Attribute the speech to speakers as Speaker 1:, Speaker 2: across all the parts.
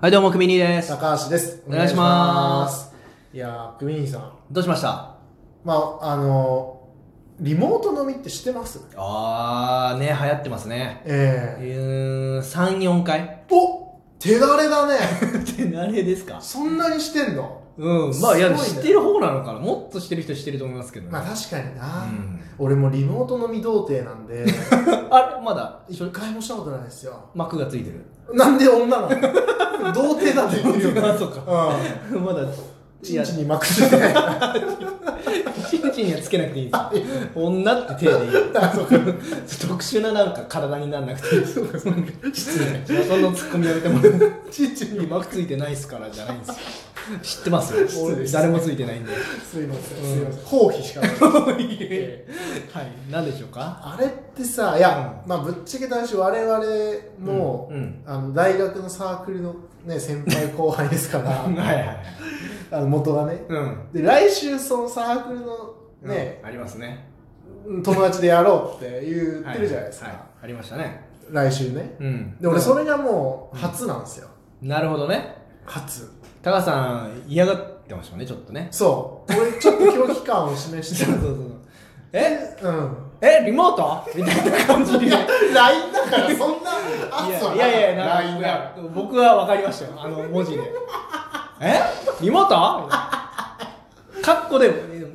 Speaker 1: はい、どうも、くみにーです。
Speaker 2: 高橋です。
Speaker 1: お願いしま
Speaker 2: お願いします。いやー、クミンさん。
Speaker 1: どうしました
Speaker 2: まあ、あのーリモート飲みって知ってます
Speaker 1: あー、ね、流行ってますね。う
Speaker 2: ええ
Speaker 1: ーん、3、4回
Speaker 2: お手だれだね。
Speaker 1: って何でですか
Speaker 2: そんなにしてんの
Speaker 1: うん、まあ、いや、
Speaker 2: すご
Speaker 1: 知っ
Speaker 2: いね
Speaker 1: てる方なのかな。もっと知ってる人知ってると思いますけどね。
Speaker 2: まあ確かにな、
Speaker 1: うん
Speaker 2: 俺もリモート飲み童貞なんで、
Speaker 1: あれ、まだ、
Speaker 2: 一回もしたことないですよ。
Speaker 1: 幕がついてる。
Speaker 2: なんで 女なの童貞だって言うよね。
Speaker 1: あ、そうか。
Speaker 2: う ん。
Speaker 1: まだ、い
Speaker 2: チン
Speaker 1: や、
Speaker 2: チ
Speaker 1: ち
Speaker 2: ンにまくしてね。
Speaker 1: んちんにはつけなくていいです。女って手でいい。 特殊ななんか体にならなくていいです。そのツッコミやめてもらう。
Speaker 2: チンチンに。
Speaker 1: 幕ついてないっすからじゃないんですよ。知ってます
Speaker 2: 失礼です
Speaker 1: 誰もついてないんで。
Speaker 2: すいません、
Speaker 1: うん
Speaker 2: すいません。放棄し かない。
Speaker 1: はい、なんでしょうか。
Speaker 2: あれってさ、いや、まあぶっちゃけた話、我々も、
Speaker 1: うんうん
Speaker 2: あの大学のサークルの、ね、先輩後輩ですか ら、
Speaker 1: はいはいはい。
Speaker 2: あの元がね。
Speaker 1: うん。
Speaker 2: で、来週そのサークルのね、
Speaker 1: うん、ありますね。
Speaker 2: 友達でやろうって言ってるじゃないですか、
Speaker 1: ははありましたね。
Speaker 2: 来週ね。
Speaker 1: うん
Speaker 2: で、俺それがもう初なんですよ。
Speaker 1: なるほどね。
Speaker 2: 初。
Speaker 1: 高橋さん、嫌がってましたもんね、ちょっとね。
Speaker 2: そう。俺ちょっと狂気感を示し て
Speaker 1: そうそう。え
Speaker 2: うん。
Speaker 1: えリモートみたいな感じで。い
Speaker 2: LINE だからそんな圧はない。
Speaker 1: やいやいや、なん
Speaker 2: LINE
Speaker 1: か
Speaker 2: だから。
Speaker 1: 僕は分かりましたよ、あの文字で。 えリモートみたいなカッコで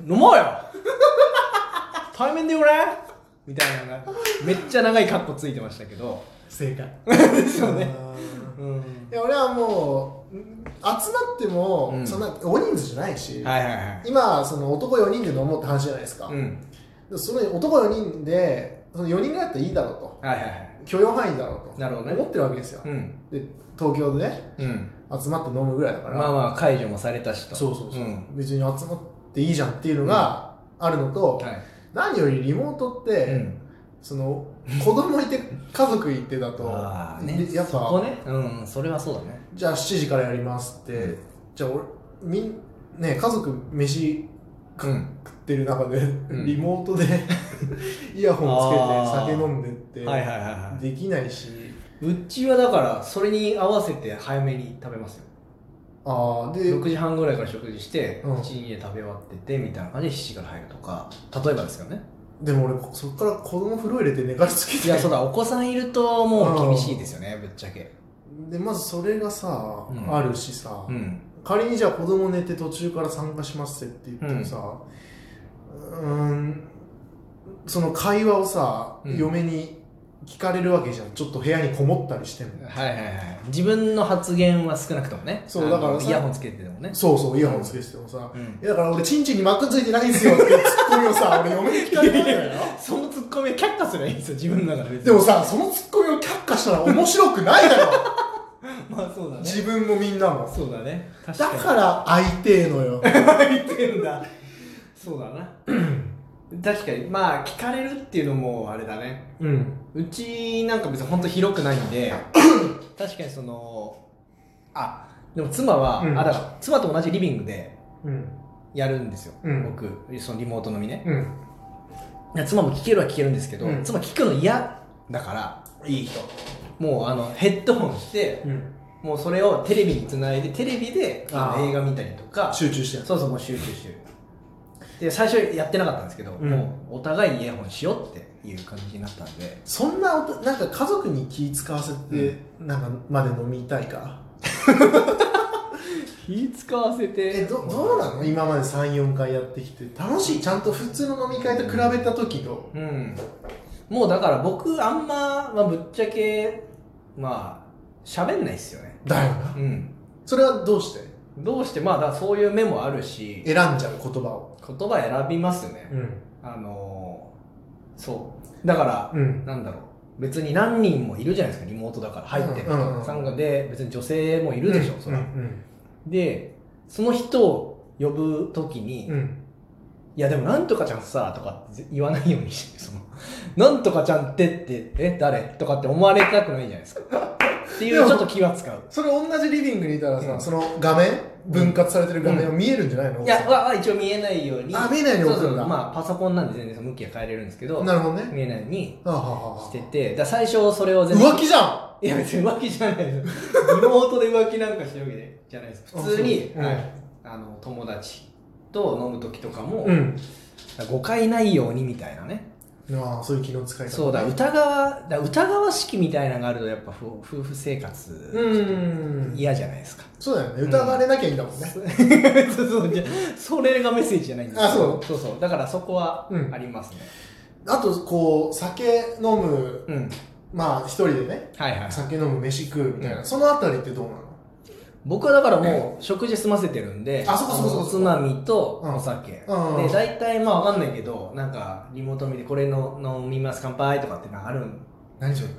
Speaker 1: 飲もうよ対面でよねみたいなのが、めっちゃ長いカッコついてましたけど。
Speaker 2: 正解。
Speaker 1: ですよね。
Speaker 2: うん
Speaker 1: うん。
Speaker 2: いや俺はもううん集まっても、
Speaker 1: うん
Speaker 2: そんな大人数じゃないし、
Speaker 1: はいはいはい。
Speaker 2: 今その男4人で飲もうって話じゃないですか、
Speaker 1: うん。
Speaker 2: でその男4人でその4人ぐらいだったらいいだろうと
Speaker 1: はいはいはい。
Speaker 2: 許容範囲だろうと
Speaker 1: なるほどね
Speaker 2: 思ってるわけですよ、
Speaker 1: うん。
Speaker 2: で東京でね
Speaker 1: うん。
Speaker 2: 集まって飲むぐらいだから、
Speaker 1: まあまあ、解除もされたしと。
Speaker 2: そうそうそう、
Speaker 1: ん
Speaker 2: 別に集まっていいじゃんっていうのがあるのと、
Speaker 1: はい。
Speaker 2: 何よりリモートって、
Speaker 1: うん。
Speaker 2: その子供いて家族いてだ と
Speaker 1: ああ、ね。
Speaker 2: でやっ
Speaker 1: そ
Speaker 2: ぱ
Speaker 1: こね。うん、それはそうだね。
Speaker 2: じゃあ7時からやりますって、
Speaker 1: うん
Speaker 2: じゃあ俺みんね家族飯
Speaker 1: うん。
Speaker 2: 食ってる中で、
Speaker 1: ん
Speaker 2: リモー トでイヤホンつ
Speaker 1: あー
Speaker 2: けて酒飲んでって、
Speaker 1: はいはいはいはい。
Speaker 2: できないし
Speaker 1: うちはだからそれに合わせて早めに食べますよ
Speaker 2: ああで
Speaker 1: 6時半ぐらいから食事して
Speaker 2: うん
Speaker 1: 1時で食べ終わっててみたいな感じで7時から入るとか例えばですけどね
Speaker 2: でも俺そっから子供風呂入れて寝かしつけて
Speaker 1: いやそうだお子さんいるともう厳しいですよねぶっちゃけ
Speaker 2: でまずそれがさ、
Speaker 1: うん
Speaker 2: あるしさ、
Speaker 1: うん
Speaker 2: 仮にじゃあ子供寝て途中から参加しますって言ってもさうーんその会話をさ、
Speaker 1: うん
Speaker 2: 嫁に聞かれるわけじゃんちょっと部屋にこもったりしても
Speaker 1: はいはいはい自分の発言は少なくともね
Speaker 2: そう
Speaker 1: あの
Speaker 2: だからさ
Speaker 1: イヤホンつけてでもね
Speaker 2: そうそう、イヤホンつけててもさ、
Speaker 1: うん
Speaker 2: いやだから俺、チンチンに膜ついてないんすよっていうツッコミをさ、俺、嫁に聞かれたんだよ。
Speaker 1: そのツッコミを却下すればいいんですよ自分の中で
Speaker 2: でもさ、そのツッコミを却下したら面白くないだ ろ、
Speaker 1: まあそうだね
Speaker 2: 自分もみんなも。
Speaker 1: そうだね確
Speaker 2: だ
Speaker 1: かに
Speaker 2: から、相手のよ。
Speaker 1: 言ってんだそうだな 確かにまあ聞かれるっていうのもあれだね
Speaker 2: うん。
Speaker 1: うちなんか別に本当広くないん で確かにそのあでも妻は、
Speaker 2: うん
Speaker 1: あだから妻と同じリビングで
Speaker 2: うん。
Speaker 1: やるんですよ、
Speaker 2: うん
Speaker 1: 僕そのリモート飲みね
Speaker 2: うん。
Speaker 1: いや妻も聞けるは聞けるんですけど、
Speaker 2: うん
Speaker 1: 妻聞くの嫌だから
Speaker 2: いい人。
Speaker 1: もうあのヘッドホンして
Speaker 2: うん。
Speaker 1: もうそれをテレビにつないでテレビで
Speaker 2: あー
Speaker 1: 映画見たりとか
Speaker 2: 集中してる。
Speaker 1: そうそうもう集中してるで最初やってなかったんですけど、
Speaker 2: うん
Speaker 1: もうお互いにイヤホンしようっていう感じになったんで
Speaker 2: そんなおと、なんか家族に気使わせて、なんか、まで飲みたいか。
Speaker 1: 気使わせて
Speaker 2: え、ど、どうなの今まで3、4回やってきて。楽しいちゃんと普通の飲み会と比べた時と。
Speaker 1: うん、もうだから僕あんま、まあ、ぶっちゃけまあ喋んないっすよね
Speaker 2: だよな。
Speaker 1: うん
Speaker 2: それはどうして
Speaker 1: どうしてまあだからそういう目もあるし
Speaker 2: 選んじゃう言葉を。
Speaker 1: 言葉選びますよね、
Speaker 2: うん。
Speaker 1: あのーそうだから、
Speaker 2: うん。
Speaker 1: なんだろう別に何人もいるじゃないですかリモートだから入ってる人、
Speaker 2: うんうんうん
Speaker 1: 参加で別に女性もいるでしょ、それ、
Speaker 2: うん。
Speaker 1: でその人を呼ぶ時に、
Speaker 2: うん。
Speaker 1: いやでもなんとかちゃんさとかって言わないようにしてそのなんとかちゃんってってえ誰とかって思われたくないじゃないですかってい
Speaker 2: で
Speaker 1: う
Speaker 2: も
Speaker 1: ちょっと気は使う
Speaker 2: それ同じリビングにいたらさ、
Speaker 1: うん
Speaker 2: その画面、分割されてる画面は見えるんじゃないの、
Speaker 1: いやは一応見えないように
Speaker 2: あ見えないように
Speaker 1: そうそう
Speaker 2: 送るんだ
Speaker 1: まあパソコンなんで全然向きは変えれるんですけど
Speaker 2: なるほどね。
Speaker 1: 見えないように
Speaker 2: ああああああ
Speaker 1: しててだから最初それを全然
Speaker 2: 浮気じゃん
Speaker 1: いいや別に浮気じゃないですよリモートで浮気なんかしてるわけでじゃないです
Speaker 2: あ
Speaker 1: 普通に、
Speaker 2: そう
Speaker 1: はいあの友達と飲む時とかも、
Speaker 2: うん
Speaker 1: 誤解ないようにみたいなね
Speaker 2: ああそういう気の使い方
Speaker 1: そうだ疑わだ疑わしきみたいなのがあるとやっぱ夫夫婦生活
Speaker 2: うん
Speaker 1: 嫌じゃないです か、
Speaker 2: そうだよね疑われなきゃいいんだもんね、
Speaker 1: そうそうじゃそれがメッセージじゃないんですよ
Speaker 2: あそう
Speaker 1: そうそうだからそこは
Speaker 2: うん
Speaker 1: ありますね
Speaker 2: あとこう酒飲む
Speaker 1: うん、
Speaker 2: まあ一人でね
Speaker 1: はいはい
Speaker 2: 酒飲む飯食うみたいな、
Speaker 1: うん
Speaker 2: そのあたりってどうなの
Speaker 1: 僕はだからもう食事済ませてるんで、
Speaker 2: あそこそこそこ
Speaker 1: のおつまみと
Speaker 2: うん
Speaker 1: お酒。
Speaker 2: う
Speaker 1: で、
Speaker 2: ん
Speaker 1: 大体まあわかんないけど、なんかリモート見てこれの飲みます、乾杯とかってのあるん
Speaker 2: 何それ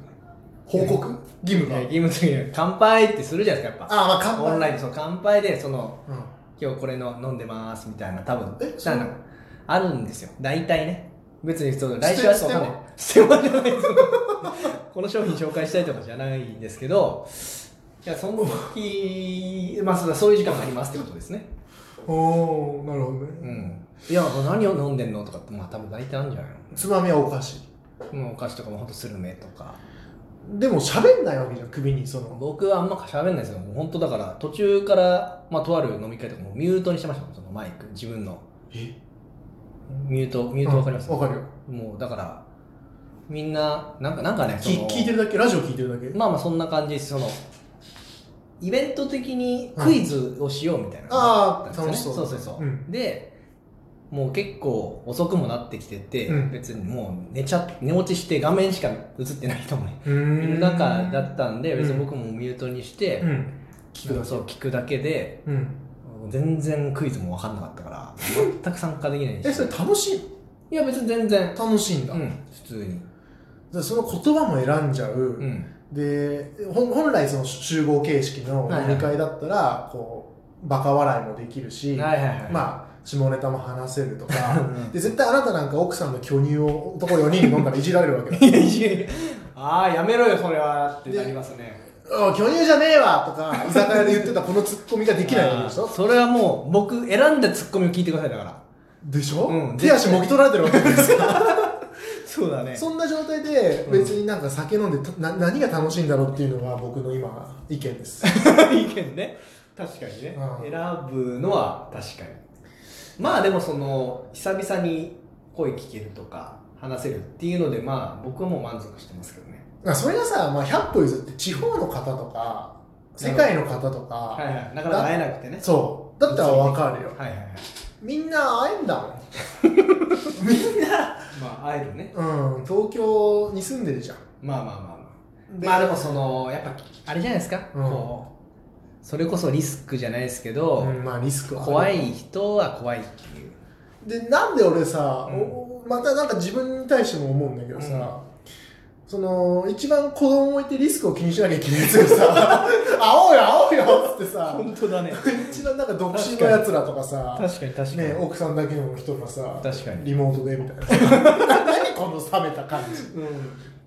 Speaker 2: 報告義務が
Speaker 1: で、義務的に乾杯ってするじゃないですか、やっぱ。
Speaker 2: ああまあ乾杯
Speaker 1: オンラインで、そう、乾杯で、その、
Speaker 2: うん
Speaker 1: 今日これの飲んでますみたいな、多分、
Speaker 2: えそ
Speaker 1: な
Speaker 2: うん
Speaker 1: かあるんですよ。大体ね。別にその来週はそう
Speaker 2: 捨
Speaker 1: わかん
Speaker 2: て
Speaker 1: ない。捨て物じゃないですこの商品紹介したいとかじゃないんですけど、いや、その時、まあそうだそういう時間がありますってことですね。
Speaker 2: おおなるほどね、
Speaker 1: うん、いや何を飲んでんのとかってまあ多分大体あるんじゃない
Speaker 2: つまみはお菓子
Speaker 1: の、もうお菓子とかもほんとスルメとか
Speaker 2: でも喋んないわけじゃん首にその
Speaker 1: 僕はあんま喋んないですよもうほんとだから途中から、まあ、とある飲み会とかもミュートにしてましたもんそのマイク自分の
Speaker 2: え
Speaker 1: ミュートミュートわかります
Speaker 2: わかるよ
Speaker 1: もうだからみんななんかなんかねそ
Speaker 2: き
Speaker 1: の
Speaker 2: 聞いてるだけラジオ聞いてるだけ
Speaker 1: まあまあそんな感じですそのイベント的にクイズをしようみたいなのが
Speaker 2: あ
Speaker 1: っ
Speaker 2: あ
Speaker 1: たん
Speaker 2: 楽
Speaker 1: で
Speaker 2: し
Speaker 1: すよ
Speaker 2: そう
Speaker 1: ねそうそうそう、
Speaker 2: うん
Speaker 1: でもう結構遅くもなってきてて、
Speaker 2: うん
Speaker 1: 別にもう寝ちゃ寝落ちして画面しか映ってない人も
Speaker 2: うーん
Speaker 1: いる中だったんで、別に
Speaker 2: うん
Speaker 1: 僕もミュートにして、
Speaker 2: うん聞くだけ
Speaker 1: そう聞くだけで
Speaker 2: うん
Speaker 1: 全然クイズも分かんなかったから 全く参加できないし
Speaker 2: えそれ楽しい
Speaker 1: いや別に全然
Speaker 2: 楽しいんだ、
Speaker 1: うん普通に
Speaker 2: でその言葉も選んじゃう、
Speaker 1: うん
Speaker 2: でほん本来その集合形式の飲み会だったら、こうバカ笑いもできるし、
Speaker 1: はいはいはい
Speaker 2: まあ下ネタも話せると
Speaker 1: う
Speaker 2: か
Speaker 1: ん
Speaker 2: で絶対あなたなんか奥さんの巨乳を男4人飲んだらいじられるわけだ
Speaker 1: いやいやいやああやめろよそれはってなりますね
Speaker 2: おい巨乳じゃねえわとか居酒屋で言ってたこのツッコミができないわけでし
Speaker 1: あ
Speaker 2: ょ
Speaker 1: ーそれはもう僕選んだツッコミを聞いてくださいだから
Speaker 2: でしょ、
Speaker 1: うん
Speaker 2: 手足もぎ取られてるわけですよ
Speaker 1: そうだね
Speaker 2: そんな状態で別になんか酒飲んでたな何が楽しいんだろうっていうのが僕の今意見です
Speaker 1: 意見ね確かにね、
Speaker 2: うん
Speaker 1: 選ぶのは確かにまあでもその久々に声聞けるとか話せるっていうのでまあ僕はもう満足してますけどね
Speaker 2: まあそれがさ、まあ、100歩譲って地方の方とか世界の方とか、
Speaker 1: はいはいなかなか会えなくてね
Speaker 2: そうだったらわかるよ
Speaker 1: はいはいはい
Speaker 2: みんな会えんだ もんみんな
Speaker 1: まあ会えるね
Speaker 2: うん東京に住んでるじゃん
Speaker 1: まあまあまあまあ
Speaker 2: で
Speaker 1: まあでもそのやっぱあれじゃないですか、
Speaker 2: うん
Speaker 1: こうそれこそリスクじゃないですけど、
Speaker 2: うんまあリスクはある
Speaker 1: 怖い人は怖いっていう
Speaker 2: でなんで俺さ、
Speaker 1: うん
Speaker 2: おまたなんか自分に対しても思うんだけどさ、その一番子供いてリスクを気にしなきゃいけないやつが さ「会おうよ会おうよ」っつってさ
Speaker 1: 当だね
Speaker 2: 一番なんか独身のやつらとかさ
Speaker 1: 確かに確かに、
Speaker 2: ね、奥さんだけの人がさ
Speaker 1: 確かに
Speaker 2: リモートでみたいな何この冷めた感じ
Speaker 1: うん、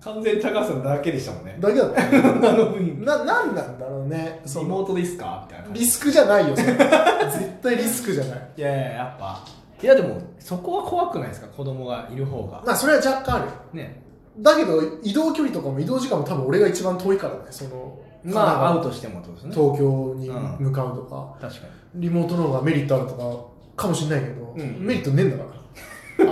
Speaker 1: 完全に高さんだけでしたもんね
Speaker 2: だけ だったよね
Speaker 1: あの雰囲
Speaker 2: な何なんだろうねその
Speaker 1: ートですかみたい
Speaker 2: リスクじゃないよそれ絶対リスクじゃない
Speaker 1: いやいややっぱいやでもそこは怖くないですか子供がいる方が
Speaker 2: まあそれは若干あるよ
Speaker 1: ね
Speaker 2: だけど移動距離とかも移動時間も多分俺が一番遠いからねその
Speaker 1: まあ
Speaker 2: 神
Speaker 1: 会うとしてもってことですね
Speaker 2: 奈川東京に向かうとか、
Speaker 1: 確か
Speaker 2: リモートの方がメリットあるとかかもしれないけど、
Speaker 1: うん
Speaker 2: メリットねえんだ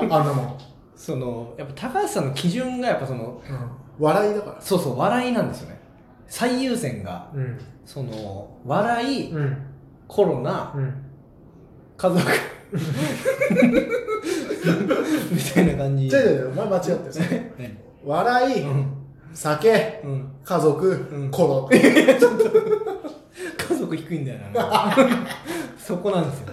Speaker 2: か らああんなもん、
Speaker 1: にそのやっぱ高橋さんの基準がやっぱその
Speaker 2: うん笑いだから
Speaker 1: そうそう笑いなんですよね最優先が
Speaker 2: うん
Speaker 1: その笑い、
Speaker 2: うん
Speaker 1: コロナ
Speaker 2: うん
Speaker 1: 家 族みたいな感じ
Speaker 2: じゃあじゃあじゃあお前間違ってるそれ
Speaker 1: ね
Speaker 2: 笑い、
Speaker 1: うん
Speaker 2: 酒
Speaker 1: うん
Speaker 2: 家族、
Speaker 1: ん
Speaker 2: コロ
Speaker 1: 家族低いんだよなそこなんですよ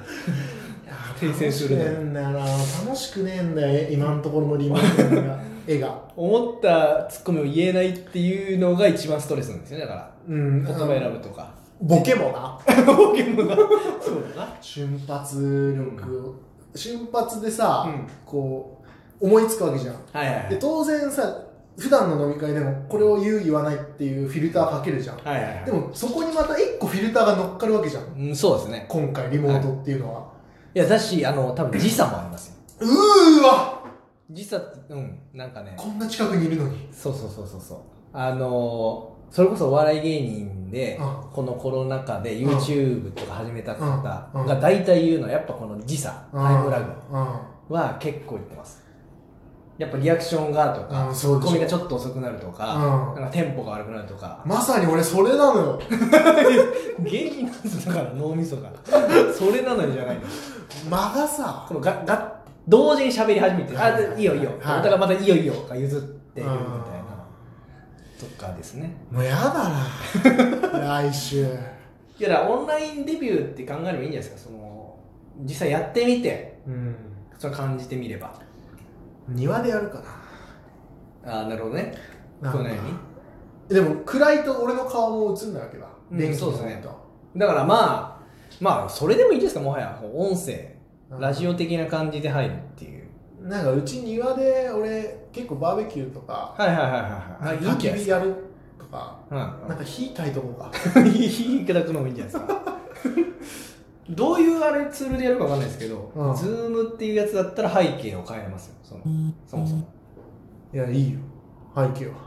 Speaker 1: 訂正する
Speaker 2: 楽しくねえ
Speaker 1: の
Speaker 2: んだよな楽しくねえんだよ今のところのリモートが 絵が
Speaker 1: 思ったツッコミを言えないっていうのが一番ストレスなんですよねだから
Speaker 2: うん
Speaker 1: 言葉選ぶとか
Speaker 2: ボケもな
Speaker 1: ボケもなそうだな
Speaker 2: 瞬発力を、瞬発でさ、
Speaker 1: うん
Speaker 2: こう思いつくわけじゃん
Speaker 1: はいはいは
Speaker 2: で
Speaker 1: い
Speaker 2: 当然さ普段の飲み会でもこれを言う言わないっていうフィルターかけるじゃん、
Speaker 1: はいはいはい
Speaker 2: でもそこにまた1個フィルターが乗っかるわけじゃん
Speaker 1: うん、そうですね
Speaker 2: 今回リモートっていうのは、
Speaker 1: いやだしあの多分時差もありますよ
Speaker 2: うーわ
Speaker 1: 時差ってうんなんかね
Speaker 2: こんな近くにいるのに
Speaker 1: そうそうそうそうそうあのそれこそお笑い芸人で、
Speaker 2: う
Speaker 1: このコロナ禍で
Speaker 2: うん
Speaker 1: YouTube とか始めた方
Speaker 2: うん
Speaker 1: が大体言うのはやっぱこの時差、
Speaker 2: うん
Speaker 1: タイムラグ
Speaker 2: う
Speaker 1: は結構言ってます。やっぱリアクションがとか、
Speaker 2: うん
Speaker 1: ツ
Speaker 2: そう
Speaker 1: ッ
Speaker 2: でしょ
Speaker 1: コミがちょっと遅くなるとか、
Speaker 2: うん
Speaker 1: なんかテンポが悪くなるとか
Speaker 2: ん、、まさに俺それなのよ
Speaker 1: 芸人なんですだから脳みそが。 それなのよじゃないの。
Speaker 2: 間がさ
Speaker 1: このがが同時に喋り始めて、
Speaker 2: はいはい
Speaker 1: あ、
Speaker 2: はい
Speaker 1: いいよいいよ。
Speaker 2: はい
Speaker 1: お互いまたいいよいいよが譲ってるみたいな。とかですね。
Speaker 2: もうやだ な来週
Speaker 1: いやだからオンラインデビューって考えればいいんじゃないですかその実際やってみて
Speaker 2: うん
Speaker 1: それ感じてみれば
Speaker 2: 庭でやるか
Speaker 1: ああなるほどね
Speaker 2: な
Speaker 1: この
Speaker 2: な
Speaker 1: よ
Speaker 2: んか
Speaker 1: う
Speaker 2: でも暗いと俺の顔も映んないわけだ、
Speaker 1: うん
Speaker 2: 電気
Speaker 1: そう
Speaker 2: が
Speaker 1: です
Speaker 2: ない
Speaker 1: ね
Speaker 2: と
Speaker 1: にだからまあまあそれでもいいんですかもはや音声ラジオ的な感じで入るっていう
Speaker 2: オなんかうち庭で俺結構バーベキューとか
Speaker 1: はいはいはいはいはいあいい
Speaker 2: 焚
Speaker 1: んじゃない
Speaker 2: き
Speaker 1: で
Speaker 2: 火
Speaker 1: すか
Speaker 2: やるとか
Speaker 1: うん
Speaker 2: なんか火炊いとこうか
Speaker 1: いただくのもいいんじゃないですか どういうあれツールでやるかわかんないですけど、
Speaker 2: うん
Speaker 1: Zoom っていうやつだったら背景を変えれますよそのそもそも
Speaker 2: いやいいよ背景は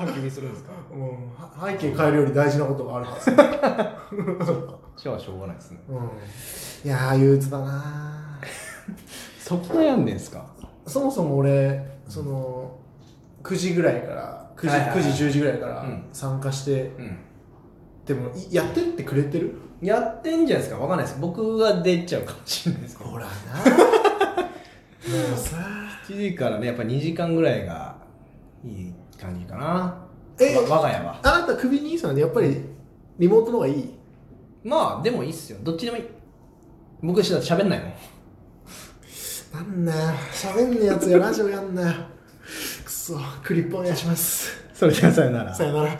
Speaker 1: 焚き火するんですか
Speaker 2: うんは背景変えるより大事なことがあるはず、
Speaker 1: じゃあしょうがないですね
Speaker 2: うん、いやー憂鬱だな
Speaker 1: そこ悩んでんすか
Speaker 2: そもそも俺その9時ぐらいから9時,、
Speaker 1: はいはいはい
Speaker 2: 9時10時ぐらいから
Speaker 1: うん
Speaker 2: 参加して、
Speaker 1: うん
Speaker 2: でもいやってってくれてる
Speaker 1: やってんじゃないですかわかんないです僕が出ちゃうかもしれないですけど
Speaker 2: ほらな もうさ
Speaker 1: 1時からねやっぱ2時間ぐらいがいい感じかな
Speaker 2: え
Speaker 1: わ我が家は
Speaker 2: あなた首にいいそうなんでやっぱりリモートの方がいい
Speaker 1: まあでもいいっすよどっちでもいい僕しか喋んない もん
Speaker 2: なんだよ喋んねえやつがラジオやんなよくそクリップお願いします
Speaker 1: それじゃあさよなら
Speaker 2: さよなら